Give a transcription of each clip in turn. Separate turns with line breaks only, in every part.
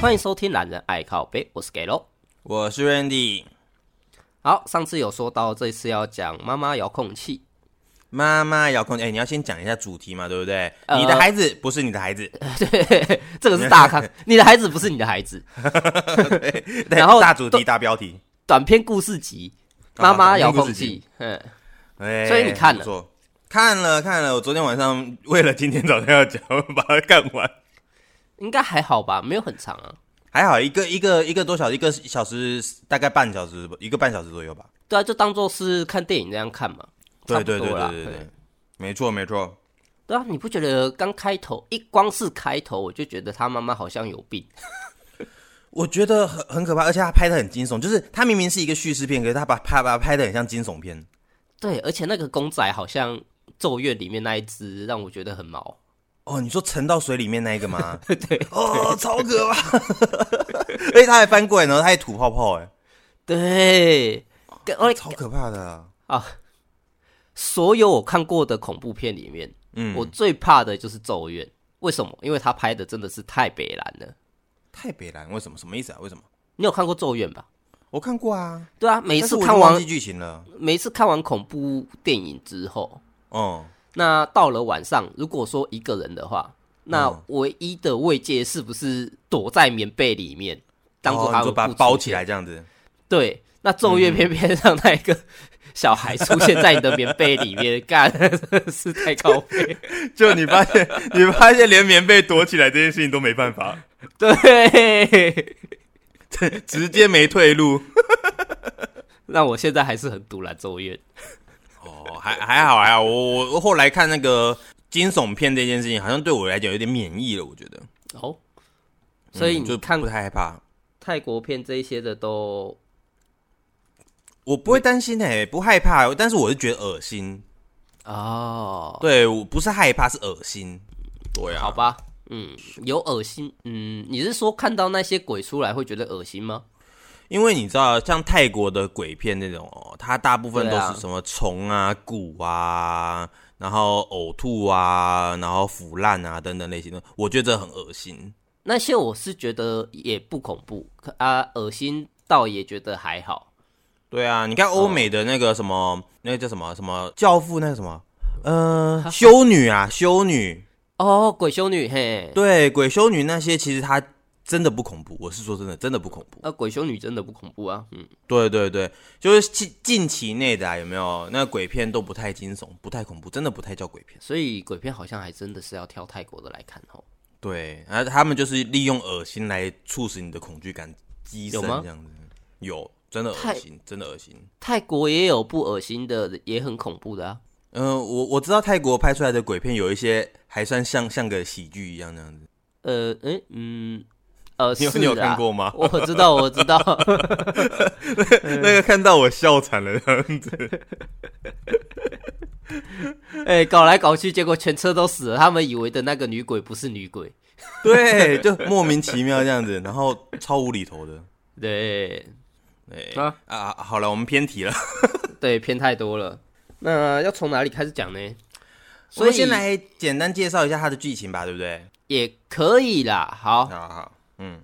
欢迎收听《懒人爱靠背》，我是 g a l o
我是 Randy。
好，上次有说到，这次要讲妈妈遥控器。
妈妈遥控，哎、你要先讲一下主题嘛，对不对？
呃
你的孩子不是你的孩 子，
对，这个是大 康，你的孩子不是你的孩子。
对
然后
大主
都
题大标题，
短篇故事集，
啊
妈妈遥
短篇故
控
事集
器。嗯，
哎
所以你看了
不错看了看了，我昨天晚上为了今天早上要讲，我把它看完，
应该还好吧，没有很长啊。
还好一个一个一个多小时，一个小时大概半小时，一个半小时左右吧。
对啊，就当做是看电影那样看嘛。
对
差
对对
不多
对
啦
对对
嗯
对，没错没错。
对啊，你不觉得刚开头一光是开头，我就觉得他妈妈好像有病？
我觉得很很可怕，而且他拍的很惊悚，就是他明明是一个叙事片，可是他把他把它拍的很像惊悚片。
对，而且那个公仔好像《咒怨》里面那一只，让我觉得很毛。
哦，你说沉到水里面那一个 吗？
对
哦，超可怕！ 而且他还翻过来，然后他还吐泡泡，哎，
对，跟我
超可怕的啊。
所有我看过的恐怖片里面，
嗯，
我最怕的就是《咒怨》。为什么？因为他拍的真的是太北蓝了。
太北蓝，为什么？什么意思啊？为什么？
你有看过《咒怨》吧？
我看过啊，
对啊，每一
但
次
是我已
看
经
完
忘记剧情了。
每次看完恐怖电影之后，
哦、
那到了晚上，如果说一个人的话，那
嗯
唯一的慰藉是不是躲在棉被里面，当做
哦
他
你
们、
就把它包起？来这嗯样子。
对，那咒怨偏偏让那一个小孩出现在你的棉被里 面，干真的是太高飞。
就你发现， 你发现连棉被躲起来这件事情都没办 法，
对，
直接没退路。
让我现在还是很堵然咒怨。
哦，还还好还好，我我我后来看那个惊悚片这件事情，好像对我来讲有点免疫了，我觉得。
哦，所以
嗯
你
就
看
不太害怕。
泰国片这一些的都
我不会担心哎、不害怕，但是我是觉得恶心。
哦，
对我不是害怕，是恶心。对啊
好，吧，嗯，有恶心，嗯，你是说看到那些鬼出来会觉得恶心吗？
因为你知道，像泰国的鬼片那种哦，它大部分都
对啊
是什么虫啊、蛊啊，然后呕吐啊，然后腐烂啊等等类型的，我觉得这很恶心。
那些我是觉得也不恐怖，可啊，恶心倒也觉得还好。
对啊，哦你看欧美的那个什么，那个叫什么什么教父，那个什么，呃，修女啊，修女，
哦，鬼修女，嘿，
对，鬼修女那些，其实它真的不恐怖。我是说真的，真的不恐怖。
呃，鬼修女真的不恐怖啊，嗯，
对对对，就是近近期内的啊，有没有？那鬼片都不太惊悚，不太恐怖，真的不太叫鬼片。
所以鬼片好像还真的是要挑泰国的来看哦。
对，然后他们就是利用恶心来促使你的恐惧感激
有
升，
吗
这样子。有，真的
太
恶心，真的恶心。
泰国也有不恶心的，也很恐怖的啊。
嗯、我我知道泰国拍出来的鬼片有一些还算像像个喜剧一样那样子。
呃，诶，嗯，呃，
你有
是
你有
啊
看过 吗
我知道，我知道。 嗯
那个看到我笑惨了 这样子。
哎、搞来搞去，结果全车都死了。他们以为的那个女鬼不是女鬼，
对，就莫名其妙这样子，然后超无厘头的。
对
对
啊
啊啊，好了，我们偏题了。
对，偏太多了。那要从哪里开始讲呢？
我
所以
们先来简单介绍一下它的剧情吧，对不对？
也可以啦。好，
好好，嗯，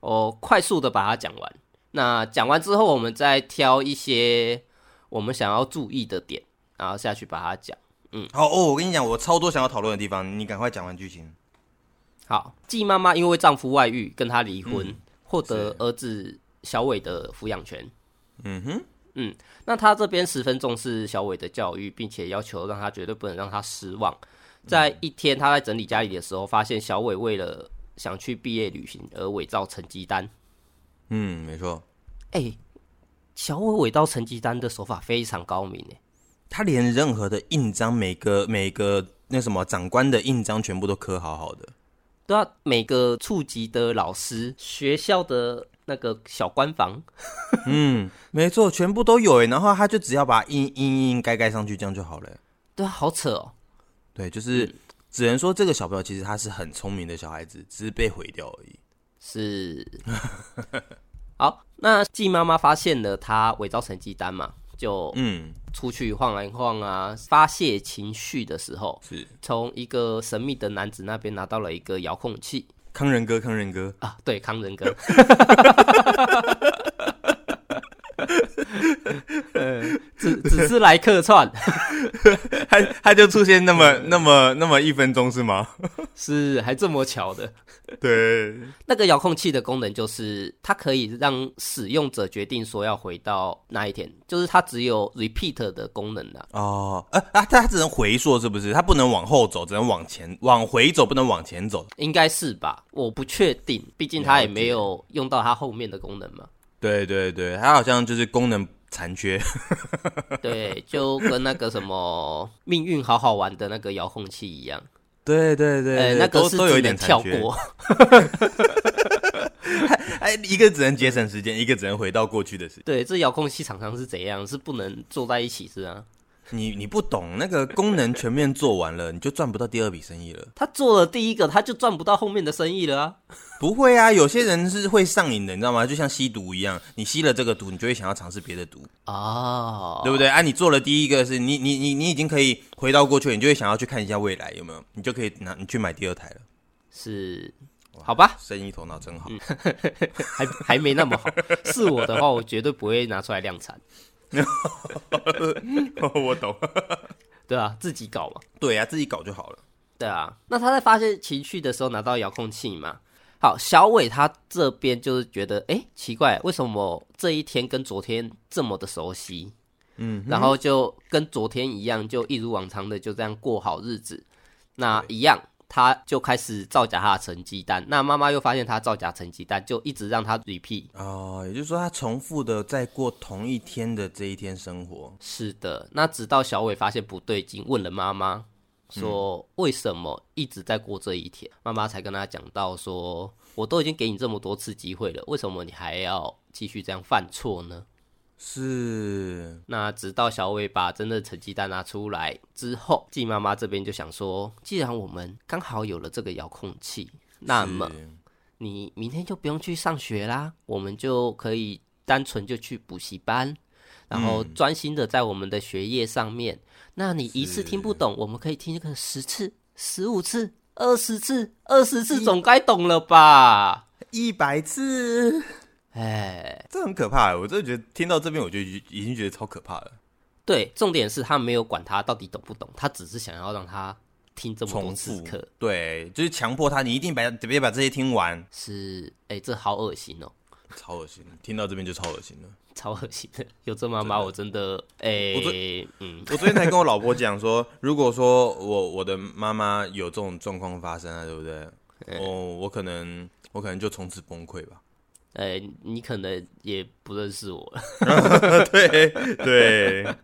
我快速的把它讲完。那讲完之后，我们再挑一些我们想要注意的点，然后下去把它讲。
好哦，我跟你讲，我超多想要讨论的地方，你赶快讲完剧情。
好，季妈妈因为丈夫外遇跟她离婚，
嗯
获得
是
儿子小伟的抚养权。
嗯哼，
那他这边十分重视小伟的教育，并且要求让他绝对不能让他失望。在一天，他在整理家里的时候，发现小伟为了想去毕业旅行而伪造成绩单。
嗯，没错，
哎、小伟伪造成绩单的手法非常高明哎、
他连任何的印章，每个每个那什么长官的印章全部都刻好好的。
对啊，每个处级的老师、学校的那个小官房，
嗯，没错，全部都有诶。然后他就只要把印印印盖盖上去，这样就好了。欸
对啊，好扯哦。
对，就是只能说这个小朋友其实他是很聪明的小孩子，只是被毁掉而已。
是。好，那季妈妈发现了他伪造成绩单嘛，就
嗯，
出去晃来晃啊，发泄情绪的时候，
嗯是
从一个神秘的男子那边拿到了一个遥控器。
康仁哥，康仁哥，
啊，对，康仁哥。呃，只只是来客串，
他他就出现那么那么那么一分钟是 吗？
是还这么巧的。
对，
那个遥控器的功能就是它可以让使用者决定说要回到哪一天，就是它只有 repeat 的功能啦。
哦，呃啊，他他只能回溯是不是？他不能往后走，只能往前往回走，不能往前走。
应该是吧？我不确定，毕竟它也没有用到它后面的功能嘛。
对对对，他好像就是功能残缺。
对，就跟那个什么命运好好玩的那个遥控器一样，
对对 对
呃，
对
那个
都
是
都有
只
一
能
点
跳
残缺。
过。
哎，一个只能节省时间，一个只能回到过去的时间。
对，这遥控器常常是怎样？是不能坐在一起是啊？
你你不懂，那个功能全面做完了，你就赚不到第二笔生意了。
他做了第一个，他就赚不到后面的生意了啊。
不会啊，有些人是会上瘾的，你知道吗？就像吸毒一样，你吸了这个毒，你就会想要尝试别的毒，
哦，
对不对？啊，你做了第一个是你你你你已经可以回到过去了，你就会想要去看一下未来有没有，你就可以拿你去买第二台了。
是，好吧，
生意头脑真好，
还 还没那么好。是我的话，我绝对不会拿出来量产，
我懂。
对啊，自己搞嘛，
对啊，自己搞就好了。
对啊。那他在发泄情绪的时候拿到遥控器嘛？好，小伟他这边就是觉得，哎、奇怪，为什么这一天跟昨天这么的熟悉？嗯，然后就跟昨天一样，就一如往常的就这样过好日子。那一样，他就开始造假他的成绩单。那妈妈又发现他造假成绩单，就一直让他 repeat。
哦，也就是说，他重复的在过同一天的这一天生活。
是的，那直到小伟发现不对劲，问了妈妈说为什么一直在过这一天，妈妈才跟他讲到说，我都已经给你这么多次机会了，为什么你还要继续这样犯错呢？
是，
那直到小伟把真的成绩单拿出来之后，季妈妈这边就想说，既然我们刚好有了这个遥控器，那么
是
你明天就不用去上学啦，我们就可以单纯就去补习班，然后专心的在我们的学业上面。那你一次听不懂，我们可以听个十次、十五次、二十次、二十次，总该懂了吧？
一百次，
哎，
这很可怕。欸我真的觉得听到这边，我就已已经觉得超可怕了。
对，重点是他没有管他到底懂不懂，他只是想要让他听这么多
重
次
复
课。，
对，就是强迫他，你一定把别把这些听 完，
是，哎，这好恶心哦，
超恶心。听到这边就超恶心了。
超恶心的。有这妈妈，我真的，哎，嗯，
我昨天才跟我老婆讲说，如果说我我的妈妈有这种状况发生啊，对不 对？哦，我可能我可能就从此崩溃吧。
哎，你可能也不认识我了。
对对，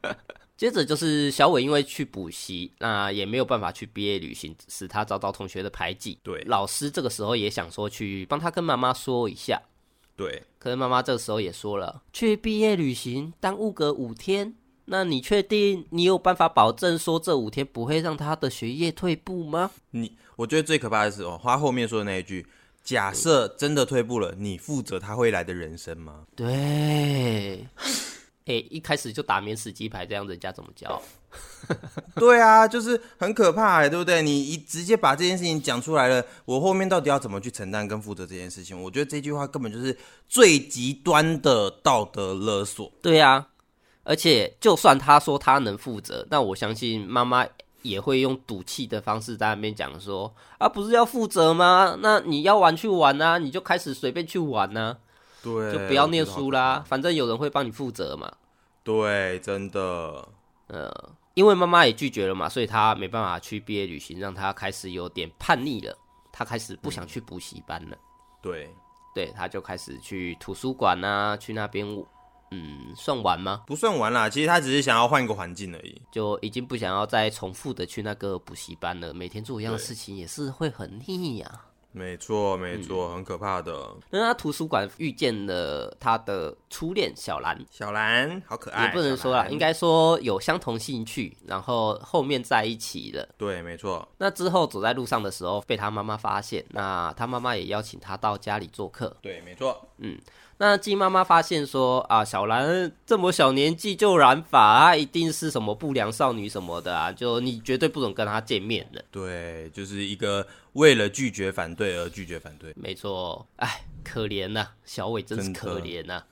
接着就是小伟因为去补习，那也没有办法去毕业旅行，使他遭到同学的排挤。
对
老师这个时候也想说去帮他跟妈妈说一下，
对，
可是妈妈这个时候也说了，去毕业旅行耽误个五天，那你确定你有办法保证说这五天不会让他的学业退步吗？
你我觉得最可怕的是哦，花后面说的那一句：假设真的退步了，你负责他会来的人生吗？
对， 哎、一开始就打免死鸡排，这样人家怎么教？
对啊，就是很可怕欸，对不对？你一直接把这件事情讲出来了，我后面到底要怎么去承担跟负责这件事情？我觉得这句话根本就是最极端的道德勒索。
对啊，而且就算他说他能负责，那我相信妈妈也会用赌气的方式在那边讲说啊，不是要负责吗？那你要玩去玩啊，你就开始随便去玩啊，
对，
就不要念书啦，反正有人会帮你负责嘛。
对，真的，
呃，因为妈妈也拒绝了嘛，所以他没办法去毕业旅行，让他开始有点叛逆了，他开始不想去补习班了。
对，
对，他就开始去图书馆啊，去那边，嗯，算玩吗？
不算完啦。其实他只是想要换一个环境而已。
就已经不想要再重复的去那个补习班了，每天做一样的事情也是会很腻啊呀、
没错，没
嗯
错，很可怕的。
那他图书馆遇见了他的初恋小兰，
小兰好可爱，
也不能
小
说啦，
兰
应该说有相同兴趣，然后后面在一起了。
对，没错，
那之后走在路上的时候被他妈妈发现，那他妈妈也邀请他到家里做客。
对，没错，
那鸡妈妈发现说啊，小兰这么小年纪就染发，啊她一定是什么不良少女什么的啊，就你绝对不准跟她见面的。，
对，就是一个为了拒绝反对而拒绝反对
没错，哎，可怜呐、小伟真是
真的
可怜呐、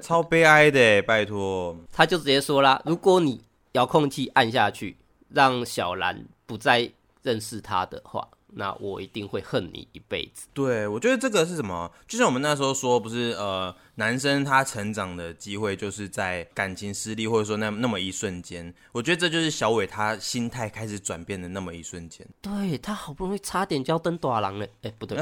超悲哀的，欸拜托。
他就直接说啦，如果你遥控器按下去，让小兰不再认识他的话，那我一定会恨你一辈子。
对，我觉得这个是什么？就像我们那时候说，不是呃，男生他成长的机会就是在感情失利，或者说那那么一瞬间。我觉得这就是小伟他心态开始转变的那么一瞬间。
对他好不容易差点就要登短廊了，哎、不 对，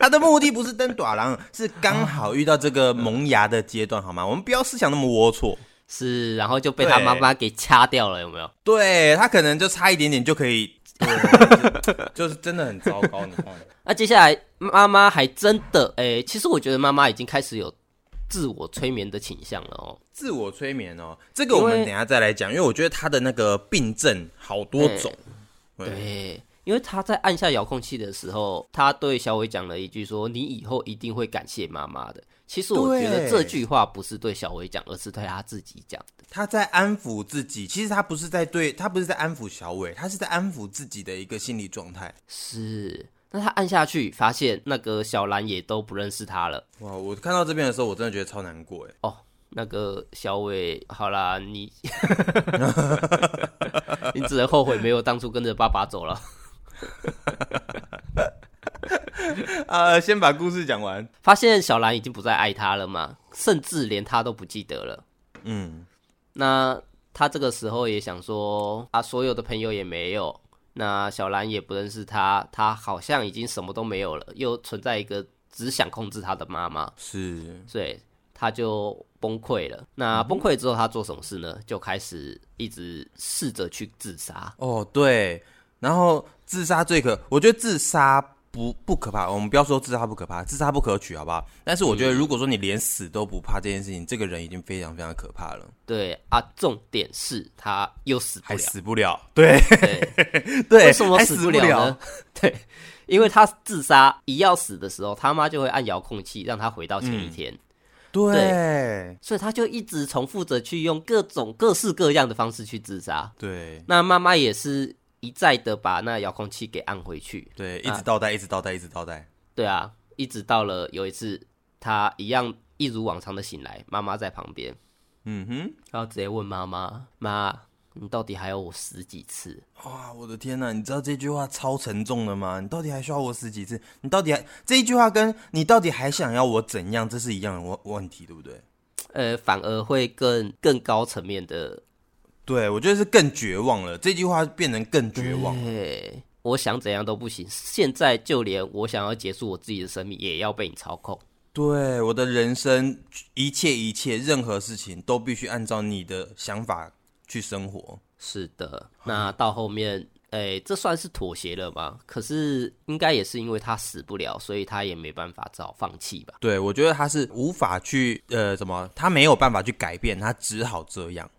他的目的不是登短廊，是刚好遇到这个萌芽的阶段，好吗？我们不要思想那么龌龊。
是，然后就被他
对
妈妈给掐掉了，有没有？
对他可能就差一点点就可以，对就是 真的很糟糕。你看，
那接下来妈妈还真的，哎、其实我觉得妈妈已经开始有自我催眠的倾向了哦。
自我催眠哦，这个我们
因
等
为
一下再来讲，因为我觉得他的那个病症好多种。对
对，因为他在按下遥控器的时候，他对小伟讲了一句说：“你以后一定会感谢妈妈的。”其实我觉得这
对
句话不是对小伟讲，而是对他自己讲的。
他在安抚自己，其实他不是在对他不是在安抚小伟，他是在安抚自己的一个心理状态。
是，那他按下去，发现那个小兰也都不认识他了。
哇，我看到这边的时候，我真的觉得超难过哎。
哦，那个小伟，好啦，你 你只能后悔没有当初跟着爸爸走了。
呃，先把故事讲完。
发现小兰已经不再爱他了嘛，甚至连他都不记得了。
嗯，
那他这个时候也想说啊，所有的朋友也没有，那小兰也不认识他，他好像已经什么都没有了，又存在一个只想控制他的妈妈，
是
所以他就崩溃了。那崩溃之后，他做什么事呢？就开始一直试着去自杀。
哦，对。然后自杀最可，我觉得自杀不不可怕，我们不要说自杀不可怕，自杀不可取，好不好？但是
嗯
我觉得，如果说你连死都不怕这件事情，这个人已经非常非常可怕了，
对啊，重点是他又死不
还
了。
死不了。对
对
对，
为什么
还
死
死
不了呢？对，因为他自杀一要死的时候，他妈就会按遥控器让他回到前一天，
对，
所以他就一直重复着去用各种各式各样的方式去自杀。
对
那妈妈也是一再的把那遥控器给按回去，
对，一直倒带，一直倒带，一直倒带。
对啊，一直到了有一次，他一样一如往常的醒来，妈妈在旁边，
嗯哼。
然后直接问妈妈：“妈，你到底还有我死几次
哇，我的天呐！你知道这句话超沉重的吗？你到底还需要我死几次？你到底还这一句话跟你到底还想要我怎样，这是一样的问问题，对不对？？”
呃，反而会更更高层面的
对，我觉得是更绝望了。这句话变成更绝望。
对，我想怎样都不行。现在就连我想要结束我自己的生命，也要被你操控。
对，我的人生一切一切，任何事情都必须按照你的想法去生活。
是的，那到后面，哎、这算是妥协了吗？可是应该也是因为他死不了，所以他也没办法，只好放弃吧。
对，我觉得他是无法去呃，怎么？他没有办法去改变，他只好这样。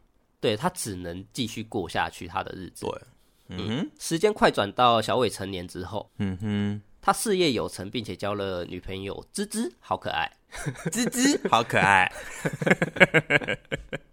对他只能继续过下去他的日子
对。， 嗯哼，
时间快转到小伟成年之后，
嗯哼。
他事业有成，并且交了女朋友芝芝，好可爱。
吱吱，好可爱。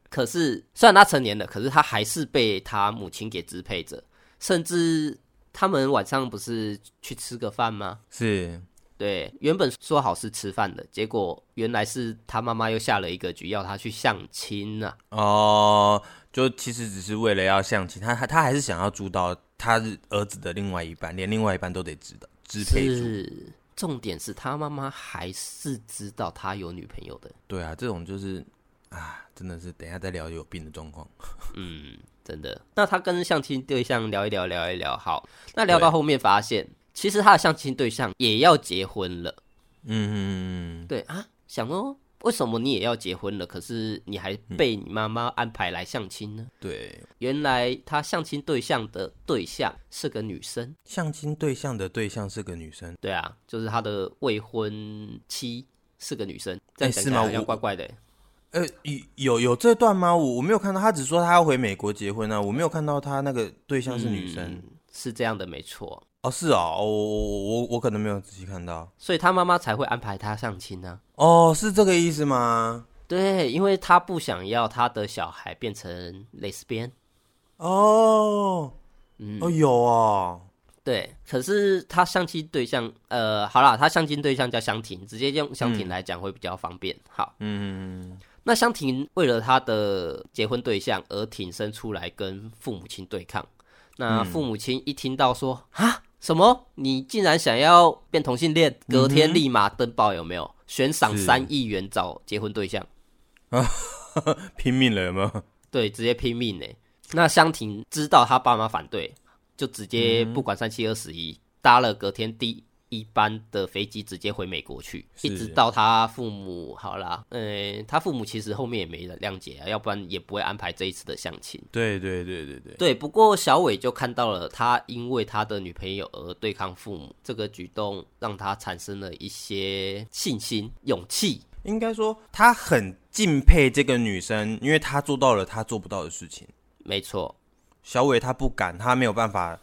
可是虽然他成年了，可是他还是被他母亲给支配着，甚至他们晚上不是去吃个饭吗？
是，
对，原本说好是吃饭的，结果原来是他妈妈又下了一个局，要他去相亲啊。
哦，就其实只是为了要相亲，他他他还是想要住到他儿子的另外一半，连另外一半都得知道支配住。
是，重点是他妈妈还是知道他有女朋友的。
对啊，这种就是啊，真的是等一下再聊有病的状况。
嗯，真的。那他跟相亲对象聊一聊，聊一聊，好，那聊到后面发现，其实他的相亲对象也要结婚了。
嗯，
对啊，想哦，为什么你也要结婚了，可是你还
嗯
被你妈妈安排来相亲呢？
对，
原来他相亲对象的对象是个女生，
相亲对象的对象是个女生，
对啊，就是他的未婚妻是个女生，这
哎
样讲起
是吗
来好像
我
怪怪的欸。
呃，有有这段吗？我我没有看到，他只说他要回美国结婚啊，我没有看到他那个对象是女生。
嗯嗯，是这样的，没错。
哦，是啊，哦我我我我可能没有仔细看到。
所以他妈妈才会安排他相亲呢、
哦，是这个意思吗？
对，因为他不想要他的小孩变成蕾丝边。
哦，哦有哦，
对，可是他相亲对象，呃，好啦，他相亲对象叫香婷，直接用香婷来讲会比较方便。好，
嗯，
那香婷为了她的结婚对象而挺身出来跟父母亲对抗。那父母亲一听到说啊、什么，你竟然想要变同性恋，隔天立马登报有没有？悬赏
是
三亿元找结婚对象，
拼命了有没有？
对，直接拼命呢。那香婷知道她爸妈反对，就直接不管三七二十一，搭了隔天第一班的飞机直接回美国去，
是
一直到她父母好啦，呃，她父母其实后面也没人谅解啊，要不然也不会安排这一次的相亲。
对对对对对，
对，不过小伟就看到了他因为他的女朋友而对抗父母这个举动，让他产生了一些信心、勇气。
应该说他很敬佩这个女生，因为她做到了她做不到的事情。
没错，
小伟他不敢，他没有办法，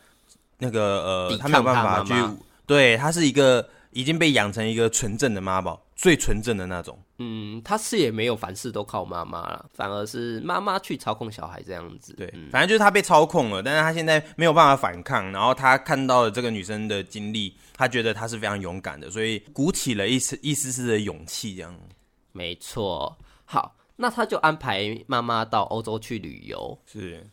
那个呃，
抵
他
抗
没有办法
他
去
妈妈，
对他是一个已经被养成一个纯正的妈宝，最纯正的那种。
嗯，他是也没有凡事都靠妈妈了，反而是妈妈去操控小孩这样子。
对，
嗯
反正就是他被操控了，但是他现在没有办法反抗。然后他看到了这个女生的经历，他觉得她是非常勇敢的，所以鼓起了一丝一丝丝的勇气。这样，
没错。好，那他就安排妈妈到欧洲去旅游。
是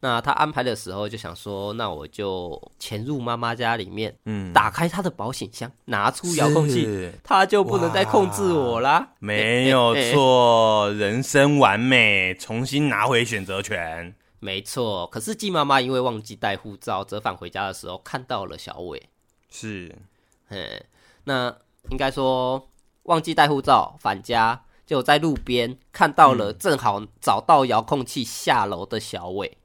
那他安排的时候就想说，那我就潜入妈妈家里面，
嗯，
打开她的保险箱，拿出遥控器，
是
她就不能再控制我啦。
没有错，人生完美，重新拿回选择权。
没错，可是季妈妈因为忘记带护照，折返回家的时候看到了小伟。
是，
嗯，那应该说忘记带护照返家，就在路边看到
嗯
了，正好找到遥控器下楼的小伟。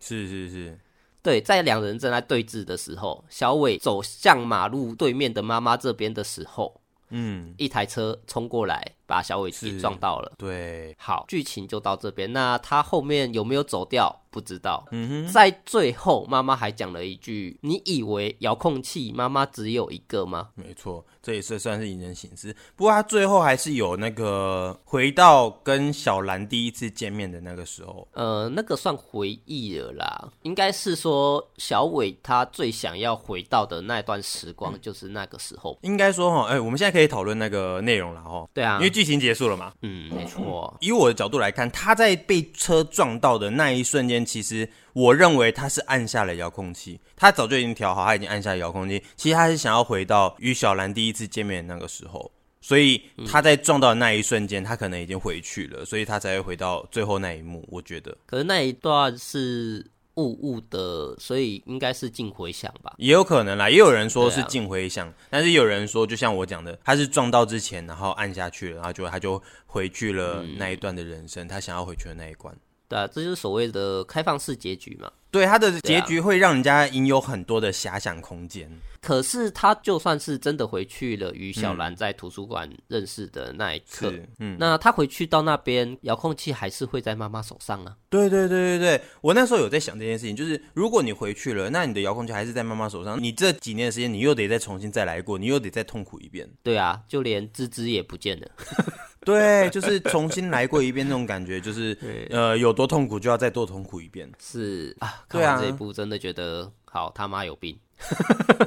是是是，
对，在两人正在对峙的时候，小伟走向马路对面的妈妈这边的时候，
嗯，
一台车冲过来，把小伟给
是
撞到了。
对，
好，剧情就到这边。那他后面有没有走掉？不知道。
嗯
在最后，妈妈还讲了一句：“你以为遥控器妈妈只有一个吗
没错，这也是算是引人醒思。不过他最后还是有那个回到跟小兰第一次见面的那个时候？”，
呃，那个算回忆了啦，应该是说小伟他最想要回到的那段时
嗯
光，就是那个时候。
应该说哈，哎、我们现在可以讨论那个内容了哈，
对啊
因，为剧情结束了嘛。
嗯，没错，
以我的角度来看，他在被车撞到的那一瞬间，其实我认为他是按下了遥控器，他早就已经调好，他已经按下了遥控器。其实他是想要回到与小兰第一次见面的那个时候，所以他在撞到的那一瞬间，他可能已经回去了，所以他才会回到最后那一幕。我觉得
可是那一段是雾雾的，所以应该是净回响吧。
也有可能啦，也有人说
对
是
啊
进回响，但是有人说，就像我讲的，他是撞到之前，然后按下去了，然后就他就回去了
嗯
那一段的人生，他想要回去的那一关。
对啊，这就是所谓的开放式结局嘛。
对他的
对
结
啊
局会让人家赢有很多的遐想空间。
可是他就算是真的回去了，与小兰在图书馆认识的那一刻，
是，嗯，
那他回去到那边，遥控器还是会在妈妈手上啊。
对对对对对，我那时候有在想这件事情，就是如果你回去了，那你的遥控器还是在妈妈手上，你这几年的时间，你又得再重新再来过，你又得再痛苦一 遍。
对啊，就连芝芝也不见了。
对，就是重新来过一遍那种感觉，就是呃，有多痛苦就要再多痛苦一遍。
是啊，看
对啊
完这一部真的觉得，好他妈有病。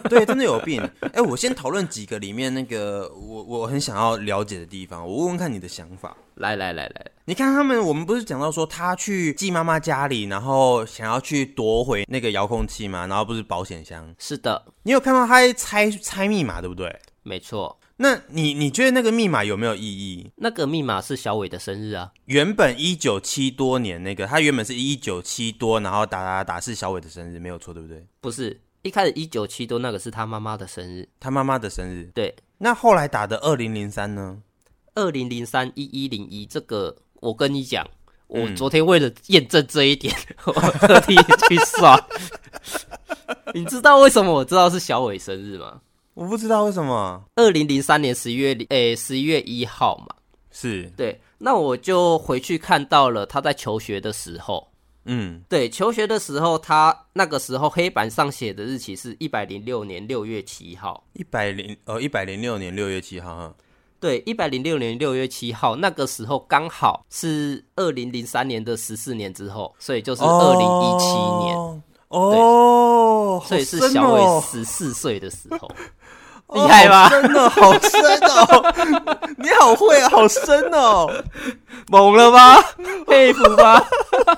对，真的有病。哎、我先讨论几个里面那个我我很想要了解的地方，我问问看你的想法。
来来来来，
你看他们，我们不是讲到说他去季妈妈家里，然后想要去夺回那个遥控器嘛，然后不是保险箱。
是的，
你有看到他在猜猜密码对不对？
没错，
那你你觉得那个密码有没有意义？
那个密码是小伟的生日啊。
原本一九七多年那个，他原本是一九七多，然后打打打是小伟的生日，没有错对不对？
不是，一开始一九七多那个是他妈妈的生日，
他妈妈的生日。
对，
那后来打的二零零三呢？
二零零三一一零一这个，我跟你讲，我昨天为了验证这一点， 我特地去算。 你知道为什么我知道是小伟生日吗？
我不知道为什么。
二零零三年十一月里，诶、十一月一号嘛。
是，
对，那我就回去看到了他在求学的时候，
嗯，
对，求学的时候，他那个时候黑板上写的日期是一百零六年六月七号。
一百零呃一百零六年六月七号，哈
对，一百零六年六月七号，那个时候刚好是二零零三年的十四年之后，所以就是二零一七年，
哦哦，
所以是
好深
小伟
哦
十四岁的时候。
哦
厉害吧
好深哦，好深 哦，你好会啊，好深哦。
猛了吧？ 佩服吧？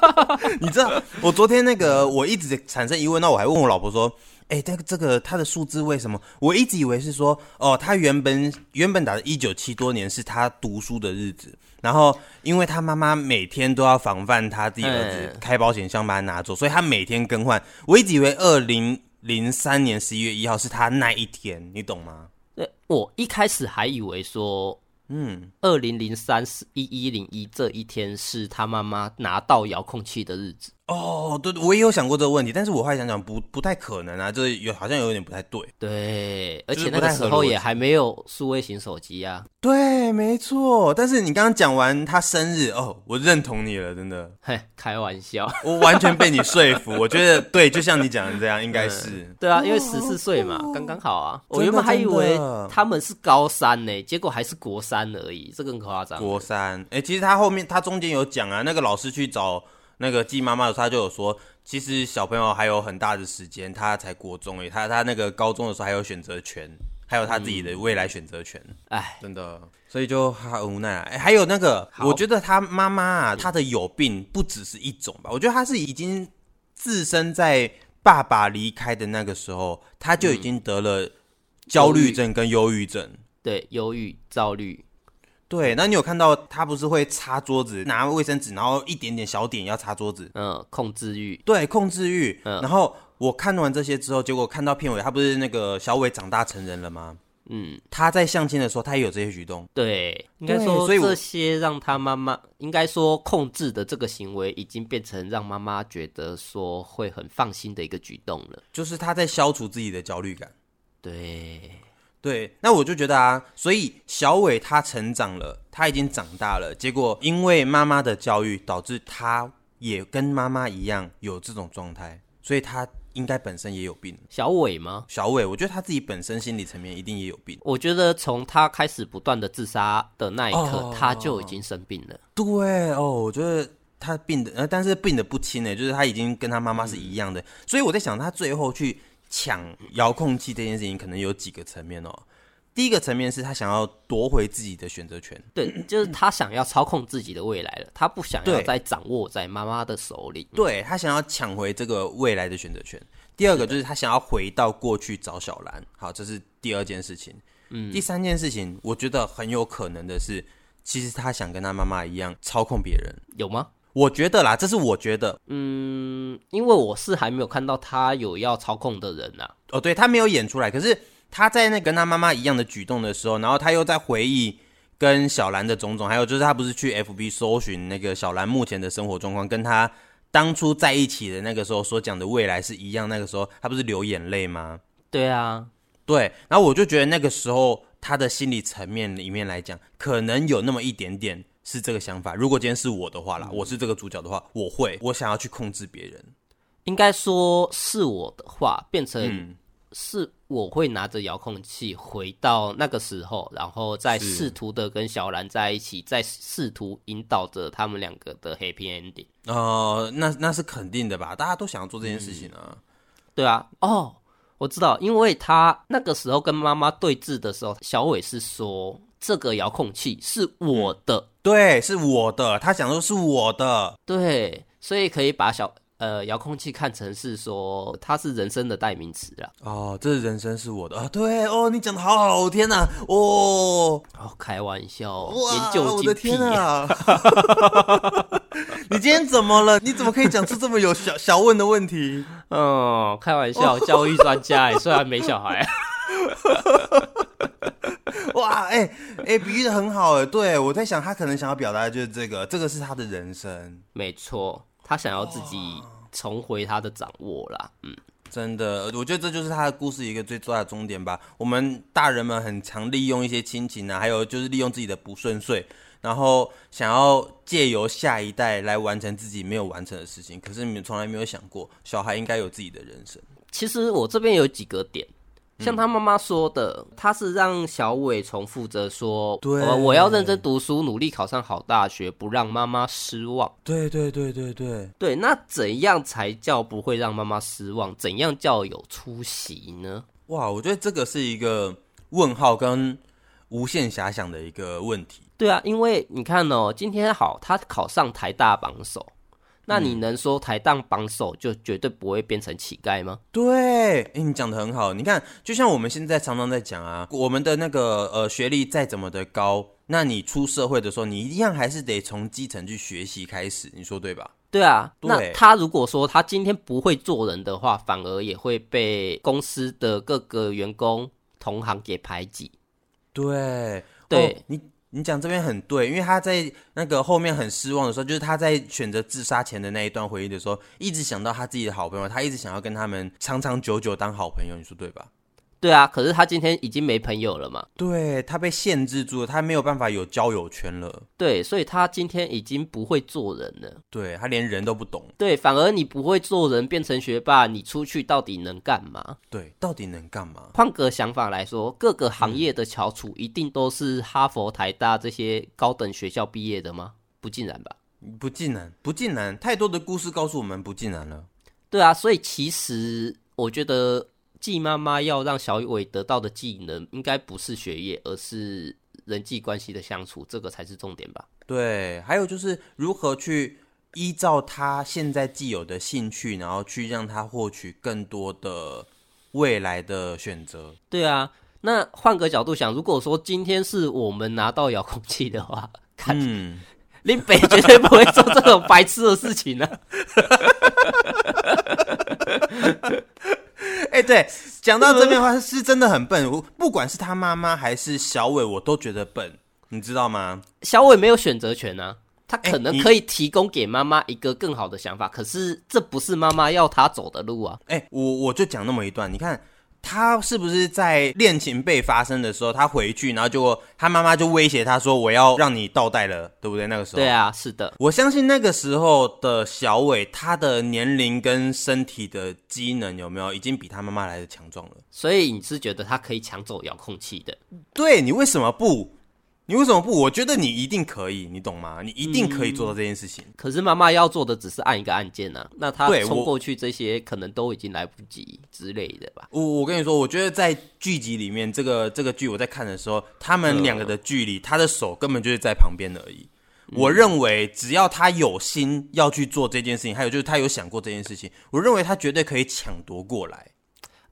你知道，我昨天那个我一直产生疑问，那我还问我老婆说。哎、那个这个他的数字为什么？我一直以为是说，哦，他原本原本打的一九七多年是他读书的日子，然后因为他妈妈每天都要防范他自己儿子
嗯
开保险箱把它拿走，所以他每天更换。我一直以为二零零三年十一月一号是他那一天，你懂吗？
对我一开始还以为说，嗯，二零零三是一一零一这一天是他妈妈拿到遥控器的日子。
哦，对，我也有想过这个问题，但是我后来想想不不太可能啊，这有好像有点不太对。
对，而
就
且
是
那
不
个
太
时
合
候
逻
也
辑
还没有数位型手机啊。
对，没错。但是你刚刚讲完他生日哦，我认同你了，真的，
嘿，开玩笑。
我完全被你说服。我觉得对，就像你讲的这样，应该是。
对啊，因为十四岁嘛，刚刚好啊。我
真
原
的
本还以
真
为
的
他们是高三呢，结果还是国三而已，这更夸张。
国三，哎、其实他后面他中间有讲啊，那个老师去找那个季妈妈的时候，他就有说，其实小朋友还有很大的时间，他才国中而已，他他那个高中的时候还有选择权，还有他自己的
嗯
未来选择权。
哎，
真的，所以就很无奈、啊哎还有那个，
好
我觉得他妈妈啊，她的有病不只是一种吧，我觉得她是已经自身在爸爸离开的那个时候，她就已经得了焦虑症跟忧郁症。
对，忧郁、躁郁，
对，那你有看到她不是会擦桌子，拿卫生纸，然后一点点小点要擦桌子，
嗯，控制欲，
对，控制欲。
嗯
然后我看完这些之后，结果看到片尾，他不是那个小伟长大成人了吗？
嗯，
他在相亲的时候，他也有这些举动。
对，应该
对
说
所以我
这些让他妈妈，应该说控制的这个行为，已经变成让妈妈觉得说会很放心的一个举动了。
就是他在消除自己的焦虑感。
对，
对，那我就觉得啊，所以小伟他成长了，他已经长大了，结果因为妈妈的教育，导致他也跟妈妈一样有这种状态，所以他应该本身也有病。
小伟吗？
小伟，我觉得他自己本身心理层面一定也有病。
我觉得从他开始不断的自杀的那一刻，
哦
他就已经生病了。
对哦，我觉得他病的，呃，但是病的不轻呢，就是他已经跟他妈妈是一样的，所以我在想，他最后去抢遥控器这件事情，可能有几个层面哦。第一个层面是他想要夺回自己的选择权，
对，就是他想要操控自己的未来了，他不想要
对
再掌握在妈妈的手里。
对他想要抢回这个未来的选择权。第二个就是他想要回到过去找小兰，好，这是第二件事情。嗯，第三件事情，我觉得很有可能的是，其实他想跟他妈妈一样操控别人。
有吗？
我觉得啦，这是我觉得
嗯，因为我是还没有看到他有要操控的人啊。
哦，对他没有演出来，可是他在那跟他妈妈一样的举动的时候，然后他又在回忆跟小兰的种种，还有就是他不是去 FB 搜寻那个小兰目前的生活状况，跟他当初在一起的那个时候所讲的未来是一样。那个时候他不是流眼泪吗？
对啊，
对，然后我就觉得那个时候他的心理层面里面来讲，可能有那么一点点是这个想法。如果今天是我的话啦，我是这个主角的话，我会，我想要去控制别人。
应该说是我的话变成是我会拿着遥控器回到那个时候，然后再试图的跟小兰在一起，再试图引导着他们两个的 happy ending。
呃，那那是肯定的吧？大家都想要做这件事情啊。
对啊，哦，我知道，因为他那个时候跟妈妈对峙的时候，小伟是说这个遥控器是我的，
嗯对，是我的，他想说是我的，
对，所以可以把小呃遥控器看成是说它是人生的代名词啦。
哦，这人生是我的啊！对哦，你讲的好好，我天哪，哦，
哦，开玩笑哦，
哇，
研究
我
精
的
辟
天
耶。
啊！ 你今天怎么了？你怎么可以讲出这么有小小问的问题？
嗯，开玩笑，教育专家哎，虽然没小 孩，
哇，哎、哎、比喻的很好哎，对我在想他可能想要表达的就是这个，这个是他的人生，
没错，他想要自己重回他的掌握啦。嗯，
真的，呃我觉得这就是他的故事一个最重要的终点吧。我们大人们很常利用一些亲情啊，还有就是利用自己的不顺遂，然后想要借由下一代来完成自己没有完成的事情，可是你们从来没有想过，小孩应该有自己的人生。
其实我这边有几个点，像他妈妈说的，他是让小伟重复着说，
对
呃我要认真读书，努力考上好大学，不让妈妈失望。
对对对对对，
对，那怎样才叫不会让妈妈失望？怎样叫有出息呢？
哇，我觉得这个是一个问号跟无限遐想的一个问题。
对啊，因为你看哦，今天好，他考上台大榜首，那你能说台大榜首就绝对不会变成乞丐吗？
对，哎，你讲的很好。你看，就像我们现在常常在讲啊，我们的那个呃学历再怎么的高，那你出社会的时候，你一样还是得从基层去学习开始，你说对吧？
对啊，
对
那他如果说他今天不会做人的话，反而也会被公司的各个员工同行给排挤。
对，
对
哦你你讲这边很对，因为他在那个后面很失望的时候，就是他在选择自杀前的那一段回忆的时候，一直想到他自己的好朋友，他一直想要跟他们长长久久当好朋友，你说对吧？
对啊，可是他今天已经没朋友了嘛？
对他被限制住了，他没有办法有交友圈了，
对，所以他今天已经不会做人了。
对他连人都不懂，
对，反而你不会做人变成学霸，你出去到底能干嘛？
对，到底能干嘛？
换个想法来说，各个行业的翘楚一定都是哈佛、台大这些高等学校毕业的吗？不尽然吧。
不尽然，不尽然，太多的故事告诉我们不尽然了。
对啊，所以其实我觉得季妈妈要让小伟得到的技能，应该不是学业，而是人际关系的相处，这个才是重点吧。
对，还有就是如何去依照他现在既有的兴趣，然后去让他获取更多的未来的选择。
对啊，那换个角度想，如果说今天是我们拿到遥控器的话，看
嗯，
林北绝对不会做这种白痴的事情啊。
哎、对， 讲到这边的话是真的很笨，我不管是他妈妈还是小伟，我都觉得笨，你知道吗？
小伟没有选择权啊，他可
哎
能
你
可以提供给妈妈一个更好的想法，可是这不是妈妈要他走的路啊。
哎、我我就讲那么一段，你看。他是不是在恋情被发生的时候，他回去，然后结果他妈妈就威胁他说：“我要让你倒带了，对不对？”那个时候，
对啊，是的，
我相信那个时候的小伟，他的年龄跟身体的机能有没有已经比他妈妈来的强壮了？
所以你是觉得他可以抢走遥控器的？
对你为什么不？你为什么不？我觉得你一定可以，你懂吗？你一定可以做到这件事情。
可是妈妈要做的只是按一个按键啊，那她
对
冲
我
过去这些可能都已经来不及之类的吧。
我我跟你说，我觉得在剧集里面，这个这个剧我在看的时候，他们两个的距离，他的手根本就是在旁边而已。我认为，只要他有心要去做这件事情，还有就是他有想过这件事情，我认为他绝对可以抢夺过来。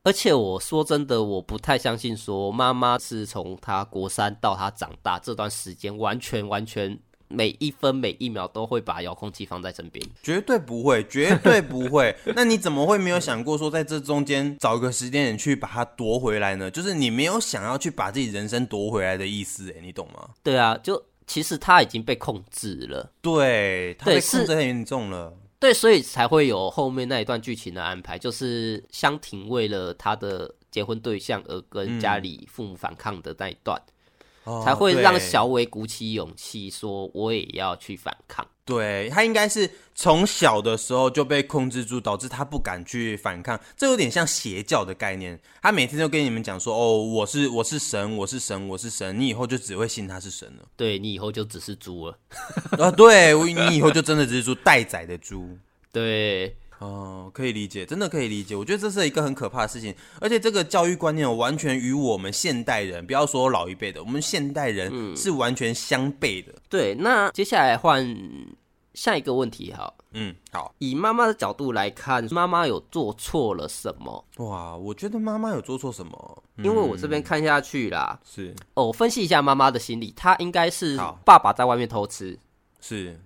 而且我说真的，我不太相信说妈妈是从她国三到她长大这段时间，完全完全每一分每一秒都会把遥控器放在身边。
绝对不会，绝对不 会。那你怎么会没有想过说，在这中间找个时间点去把它夺回来呢？就是你没有想要去把自己人生夺回来的意思，哎，你懂吗？
对啊，就其实她已经被控制了。
对，他
对
被
是
控制很严重了。
对，所以才会有后面那一段剧情的安排，就是香婷为了她的结婚对象而
嗯
跟家里父母反抗的那一段，
哦
才会让
对
小伟鼓起勇气说我也要去反抗。
对他应该是从小的时候就被控制住，导致他不敢去反抗。这有点像邪教的概念。他每天都跟你们讲说：“哦，我是我是神，我是神，我是神。”你以后就只会信他是神了。
对你以后就只是猪了。
啊，对我你以后就真的只是猪待宰的猪。
对，
哦，可以理解，真的可以理解。我觉得这是一个很可怕的事情，而且这个教育观念完全与我们现代人，不要说老一辈的，我们现代人
嗯
是完全相悖的。
对，那接下来换下一个问题哈。
嗯，好
以妈妈的角度来看，妈妈有做错了什么？
哇，我觉得妈妈有做错什么？嗯、
因为我这边看下去啦，
是
哦，我分析一下妈妈的心理，她应该是
好
爸爸在外面偷吃，
是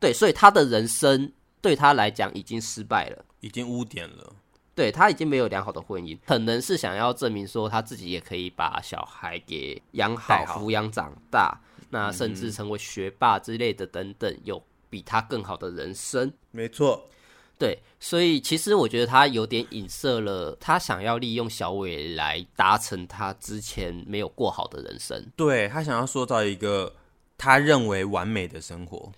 对，所以她的人生对她来讲已经失败了，
已经污点了。
对她已经没有良好的婚姻，可能是想要证明说她自己也可以把小孩给养好
带、好嗯
抚养长大，那甚至成为学霸之类的等等，有比她更好的人生。
没错，
对，所以其实我觉得他有点影射了他想要利用小伟来达成他之前没有过好的人生。
对他想要塑造一个他认为完美的生活。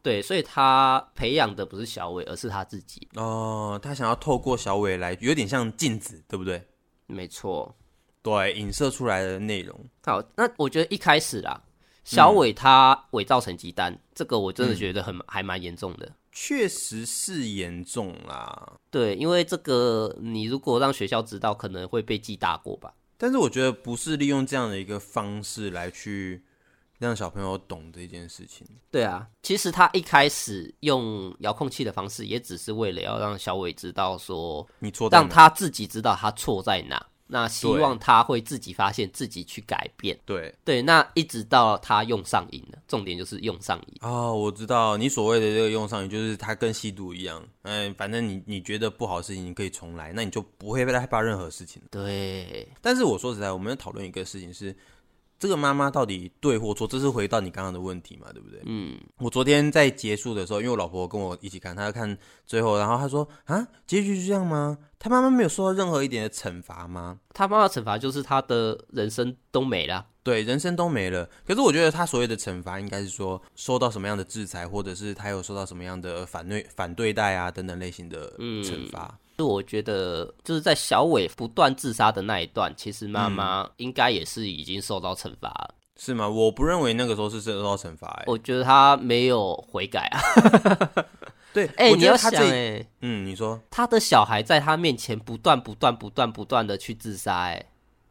对，所以他培养的不是小伟，而是他自己。
哦，他想要透过小伟来，有点像镜子，对不对？
没错。
对，影射出来的内容。
好，那我觉得一开始啦，小
嗯
伟他伪造成绩单，这个我真的觉得很、还蛮严重的。
确实是严重啦，
对，因为这个你如果让学校知道，可能会被记大过吧。
但是我觉得不是利用这样的一个方式来去让小朋友懂这件事情。
对啊，其实他一开始用遥控器的方式，也只是为了要让小伟知道说，
你错在
让
哪？
他自己知道他错在哪。那希
对
望他会自己发现，自己去改变。
对
对，那一直到他用上瘾了，重点就是用上瘾。
哦，我知道你所谓的这个用上瘾，就是它跟吸毒一样。嗯，反正你你觉得不好的事情，你可以重来，那你就不会再害怕任何事情了。
对，
但是我说实在，我们要讨论一个事情是，这个妈妈到底对或错？这是回到你刚刚的问题嘛，对不对？
嗯，
我昨天在结束的时候，因为我老婆跟我一起看，她要看最后，然后她说：“啊，结局是这样吗？她妈妈没有受到任何一点的惩罚吗？”
他妈妈惩罚就是他的人生都没了。
对，人生都没了。可是我觉得她所谓的惩罚，应该是说受到什么样的制裁，或者是她有受到什么样的反对、反对待啊等等类型的
嗯
惩罚。
就我觉得，就是在小伟不断自杀的那一段，其实妈
嗯
妈应该也是已经受到惩罚了。
是吗？我不认为那个时候是受到惩罚、欸。
我觉得他没有悔改啊。
对，
哎、
我
你
觉
要
得她
想、
这，
欸，哎，
嗯，你说，
他的小孩在他面前不断、不断、不断、不断的去自杀、哎，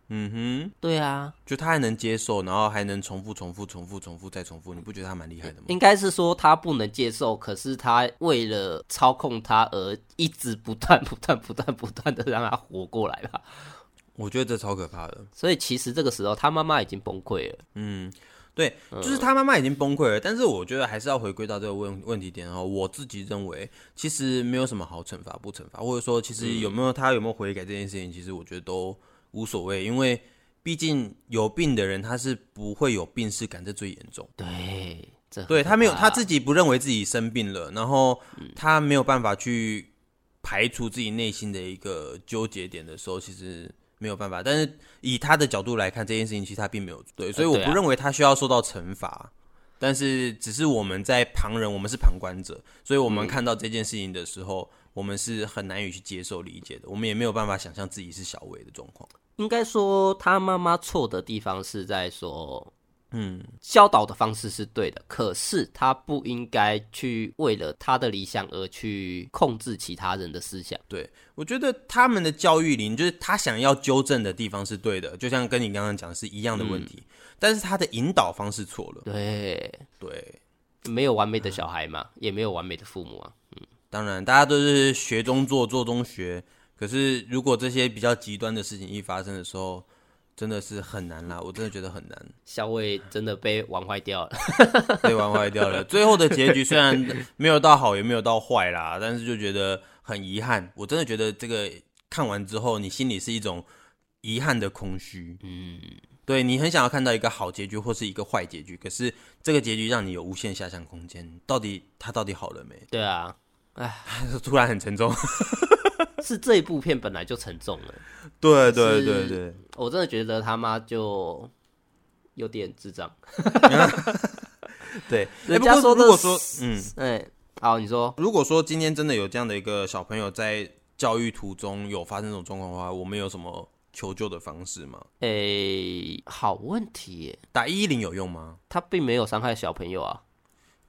嗯哼，
对啊，
就她还能接受，然后还能重复、重复、重复、重复再重复，你不觉得她蛮厉害的吗？
应该是说他不能接受，可是他为了操控他而一直不断、不断、不断、不断的让他活过来吧。
我觉得这超可怕的。
所以其实这个时候，他妈妈已经崩溃了。
嗯，对，就是他妈妈已经崩溃了，但是我觉得还是要回归到这个问问题点哦。我自己认为，其实没有什么好惩罚不惩罚，或者说其实有没有他有没有悔改这件事情，其实我觉得都无所谓，因为毕竟有病的人他是不会有病耻感，这最严重。
对，这很
对
可
他没有
怕
他自己不认为自己生病了，然后他没有办法去排除自己内心的一个纠结点的时候，其实没有办法。但是以他的角度来看，这件事情其实他并没有对，所以我
对啊
不认为他需要受到惩罚。但是只是我们在旁人，我们是旁观者，所以我
嗯
们看到这件事情的时候，我们是很难以去接受理解的，我们也没有办法想象自己是小伟的状况。
应该说，他妈妈错的地方是在说，嗯，教导的方式是对的，可是他不应该去为了他的理想而去控制其他人的思想。
对，我觉得他们的教育理念就是他想要纠正的地方是对的，就像跟你刚刚讲的是一样的问题，但是他的引导方式错了。
对，嗯
对，
没有完美的小孩嘛，也没有完美的父母啊。
当然大家都是学中做，做中学，可是如果这些比较极端的事情一发生的时候，真的是很难啦，我真的觉得很难。
小伟真的被玩坏掉了。
被玩坏掉了。最后的结局虽然没有到好，也没有到坏啦，但是就觉得很遗憾。我真的觉得这个看完之后，你心里是一种遗憾的空虚。嗯，对你很想要看到一个好结局或是一个坏结局，可是这个结局让你有无限下降空间。到底他到底好了没？
对啊，
突然很沉重。
是这一部片本来就沉重了，
对
对
对
对
对
对
对，
我真的觉得他妈就有点智障。
对。
人家
哎不过
的
如果说，嗯，
哎、好，你说，
如果说今天真的有这样的一个小朋友在教育途中有发生这种状况的话，我们有什么求救的方式吗？
哎、好问题耶，
打一一零有用吗？
他并没有伤害小朋友啊。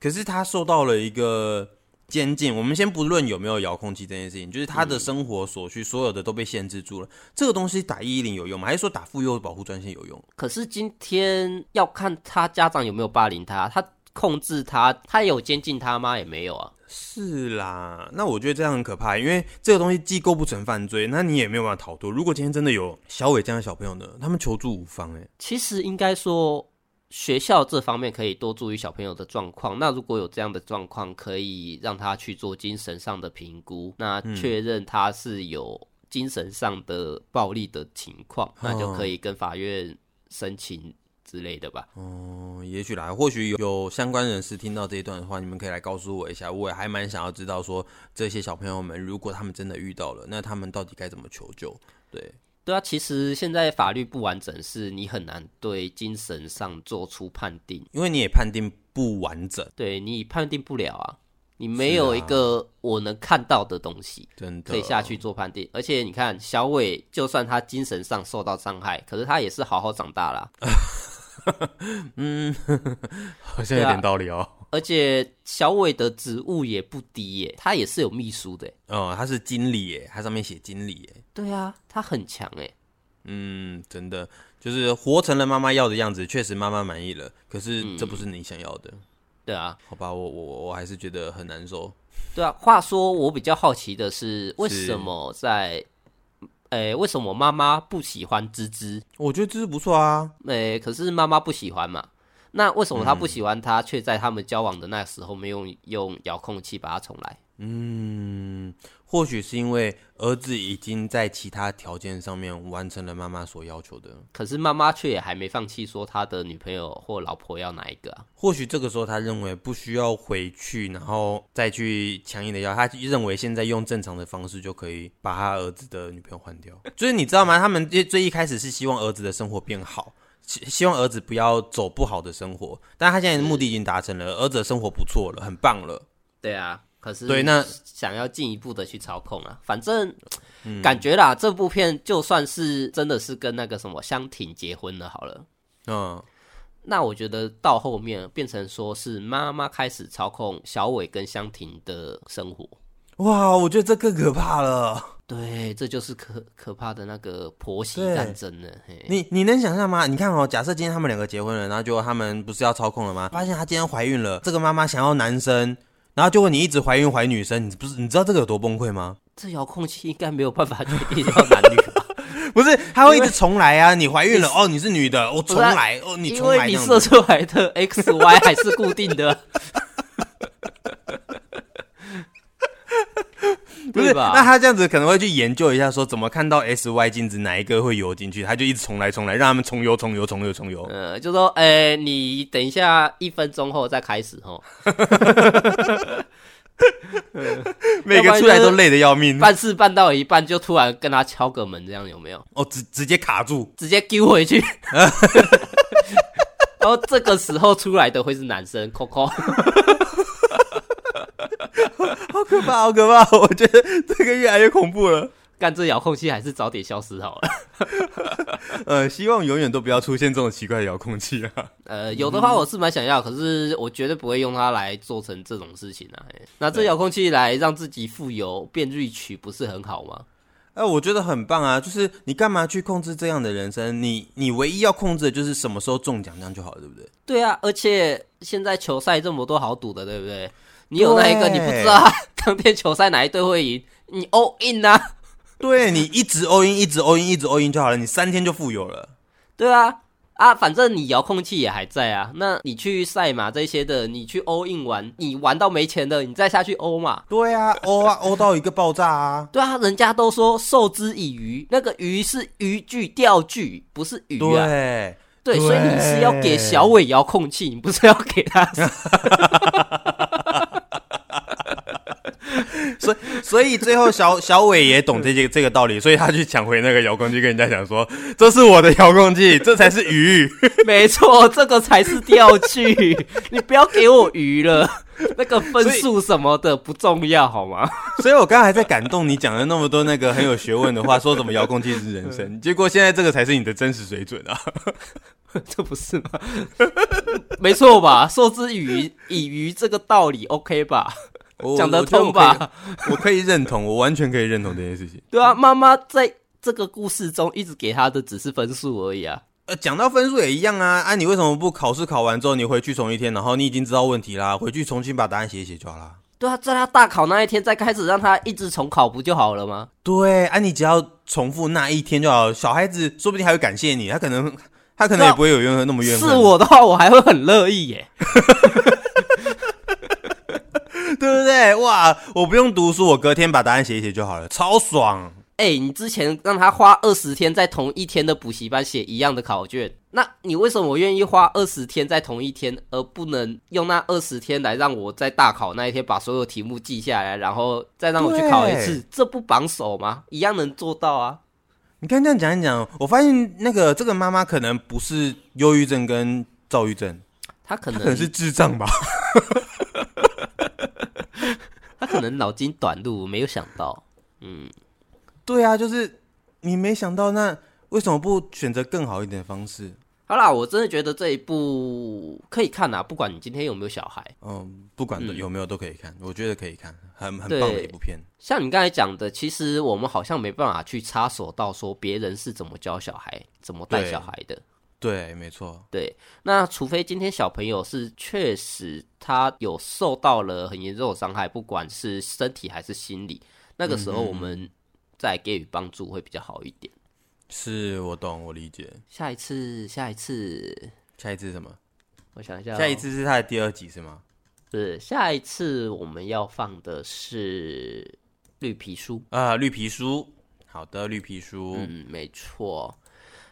可是他受到了一个监禁。我们先不论有没有遥控器这件事情，就是他的生活所需，所有的都被限制住了。这个东西打一一零有用吗？还是说打妇幼保护专线有用？
可是今天要看他家长有没有霸凌他，他控制他，他有监禁他吗？也没有啊。
是啦，那我觉得这样很可怕，因为这个东西既构不成犯罪，那你也没有办法逃脱。如果今天真的有小伟这样的小朋友呢，他们求助无方、欸，
其实应该说，学校这方面可以多注意小朋友的状况。那如果有这样的状况，可以让他去做精神上的评估，那确认他是有精神上的暴力的情况，那就可以跟法院申请之类的吧。
嗯，也许啦，或许有有相关人士听到这一段的话，你们可以来告诉我一下，我也还蛮想要知道说这些小朋友们，如果他们真的遇到了，那他们到底该怎么求救？对，
对啊，其实现在法律不完整，是你很难对精神上做出判定，
因为你也判定不完整，
对你判定不了啊，啊你没有一个我能看到的东西
真的
可以下去做判定。而且你看，小伟就算他精神上受到伤害，可是他也是好好长大啦。
好像有点道理哦。
而且小伟的职务也不低耶，他也是有秘书的耶。
哦，他是经理耶，他上面写经理耶。
对啊，他很强哎。
嗯，真的就是活成了妈妈要的样子，确实妈妈满意了。可是这不是你想要的，
对啊，
好吧？我我我我还是觉得很难受。
对啊。话说，我比较好奇的是，为什么在，诶、为什么妈妈不喜欢芝芝？
我觉得这是不错啊，
诶、可是妈妈不喜欢嘛？那为什么她
嗯
不喜欢他，却在他们交往的那时候没有用用遥控器把它重来？
嗯，或许是因为儿子已经在其他条件上面完成了妈妈所要求的，
可是妈妈却也还没放弃说他的女朋友或老婆要哪一个啊？
或许这个时候他认为不需要回去，然后再去强硬的要，他认为现在用正常的方式就可以把他儿子的女朋友换掉。就是你知道吗？他们最最一开始是希望儿子的生活变好。希希望儿子不要走不好的生活，但他现在的目的已经达成了，儿子的生活不错了，很棒了。
对啊，可是
对那
想要进一步的去操控啊，反正、
嗯
感觉啦，这部片就算是真的是跟那个什么香婷结婚了好了，
嗯，
那我觉得到后面变成说是妈妈开始操控小伟跟香婷的生活，
哇，我觉得这更可怕了。
对，这就是可可怕的那个婆媳
对
战争了。嘿，
你你能想象吗？你看哦，假设今天他们两个结婚了，然后结果他们不是要操控了吗？发现她今天怀孕了，这个妈妈想要男生，然后结果你一直怀孕怀女生，你不是你知道这个有多崩溃吗？
这遥控器应该没有办法决定到男女吧？
不是，她会一直重来啊！你怀孕了哦，你是女的，我、重
是啊
来哦， 你
因
重来
为
这
你
样
射
子。
出来的 X Y 还是固定的，
不是，
对吧
那她这样子可能会去研究一下，说怎么看到 S Y 镜子哪一个会游进去，她就一直重来重来，让他们重游重游重游重游。
呃，就说，哎、你等一下，一分钟后再开始哦，
每个出来都累得要命，
办事办到一半就突然跟他敲个门，这样有没有？
哦，直直接卡住。
直接丢回去。然后这个时候出来的会是男生，Coco，
好可怕，好可怕！我觉得这个越来越恐怖了。
干这遥控器还是早点消失 好了。
呃，希望永远都不要出现这种奇怪的遥控器啊。
呃，有的话我是蛮想要，可是我绝对不会用它来做成这种事情啊。嘿拿这遥控器来让自己富有变 rich 不是很好吗？
哎、我觉得很棒啊！就是你干嘛去控制这样的人生？你你唯一要控制的就是什么时候中奖，这样就好了，对不对？
对啊，而且现在球赛这么多好赌的，对不对？你有那一个，
对
你不知道啊当天球赛哪一队会赢，你 all in 啊，
对你一直 all in，一直 all in，一直 all in 就好了，你三天就富有了。
对啊，啊，反正你遥控器也还在啊，那你去赛马这些的，你去 all in 玩，你玩到没钱的，你再下去 all 嘛。
对啊，all 啊 all 到一个爆炸啊！
对啊，人家都说授之以鱼，那个鱼是渔具、钓具，不是鱼啊。对，
对，对
所以你是要给小伟遥控器，你不是要给他。
所以所以最后小小伟也懂这些这个道理，所以他去抢回那个遥控器，跟人家讲说：“这是我的遥控器，这才是鱼。
没错，这个才是钓具，你不要给我鱼 了。那个分数什么的不重要好吗？”
所以我刚才还在感动你讲了那么多那个很有学问的话，说什么遥控器是人 生，结果现在这个才是你的真实水准 啊！
这不是吗？没错吧？授之以鱼，以鱼这个道理 OK 吧？
我
讲得通吧？
我可以认同，我完全可以认同这件事情。
对啊，妈妈在这个故事中一直给他的只是分数而已啊。
呃，讲到分数也一样啊，啊，你为什么不考试考完之后你回去重一天，然后你已经知道问题啦，回去重新把答案写一写就好啦。
对啊，在他大考那一天再开始让他一直重考不就好了吗？
对，啊，你只要重复那一天就好了。小孩子说不定还会感谢你，他可能 他可能也不会有怨恨那么怨恨。
是我的话，我还会很乐意耶。
对不对？哇，我不用读书，我隔天把答案写一写就好了，超爽。
哎、你之前让他花二十天在同一天的补习班写一样的考卷，那你为什么愿意花二十天在同一天，而不能用那二十天来让我在大考那一天把所有题目记下来，然后再让我去考一次？这不榜首吗？一样能做到啊！
你看这样讲一讲，我发现那个这个妈妈可能不是忧郁症跟躁郁症，
他可
她
能
可能 是智障吧？
他可能脑筋短路，没有想到。嗯，
对啊，就是你没想到，那为什么不选择更好一点的方式？
好啦，我真的觉得这一部可以看啊，不管你今天有没有小孩。
嗯，不管有没有都可以看，我觉得可以看，很很
对
棒的一部片。
像你刚才讲的，其实我们好像没办法去插手到说别人是怎么教小孩、怎么带
对
小孩的。
对，没错，
对，那除非今天小朋友是确实他有受到了很严重的伤害，不管是身体还是心理，那个时
嗯
候我们再给予帮助会比较好一点。
是我懂，我理解。
下一次，下一次，
下一次是什么？
我想一下哦、
下一次是他的第二集是吗？
是下一次我们要放的是绿皮书。
啊、绿皮书。好的，绿皮书。
嗯，没错。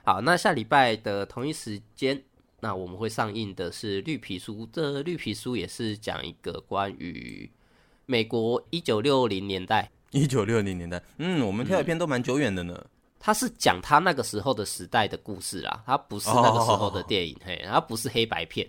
好，那下礼拜的同一时间，那我们会上映的是《绿皮书》。这《绿皮书》也是讲一个关于美国一九六零年代，
一九六零年代，嗯，我们挑的片都蛮久远的呢。
它是讲他那个时候的时代的故事啦，它不是那个时候的电影，嘿，它不是黑白片，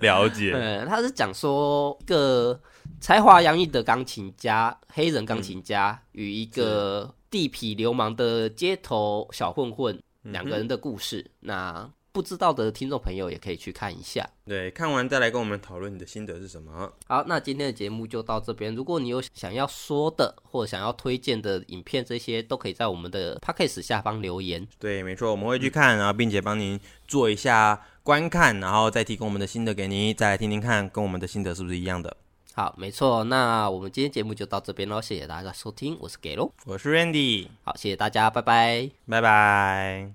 了解，
嗯，它是讲说一个才华洋溢的钢琴家，黑人钢琴家、与一个地痞流氓的街头小混混两个人的故事。那不知道的听众朋友也可以去看一下。
对，看完再来跟我们讨论你的心得是什么。
好，那今天的节目就到这边。如果你有想要说的或者想要推荐的影片，这些都可以在我们的 p a c k a g e 下方留言。
对，没错，我们会去看，然后并且帮您做一下观看，然后再提供我们的心得给您，再来听听看，跟我们的心得是不是一样的。
好，没错，那我们今天节目就到这边喽，谢谢大家收听，我是给喽，
我是 Randy，
好，谢谢大家，拜拜。
拜拜。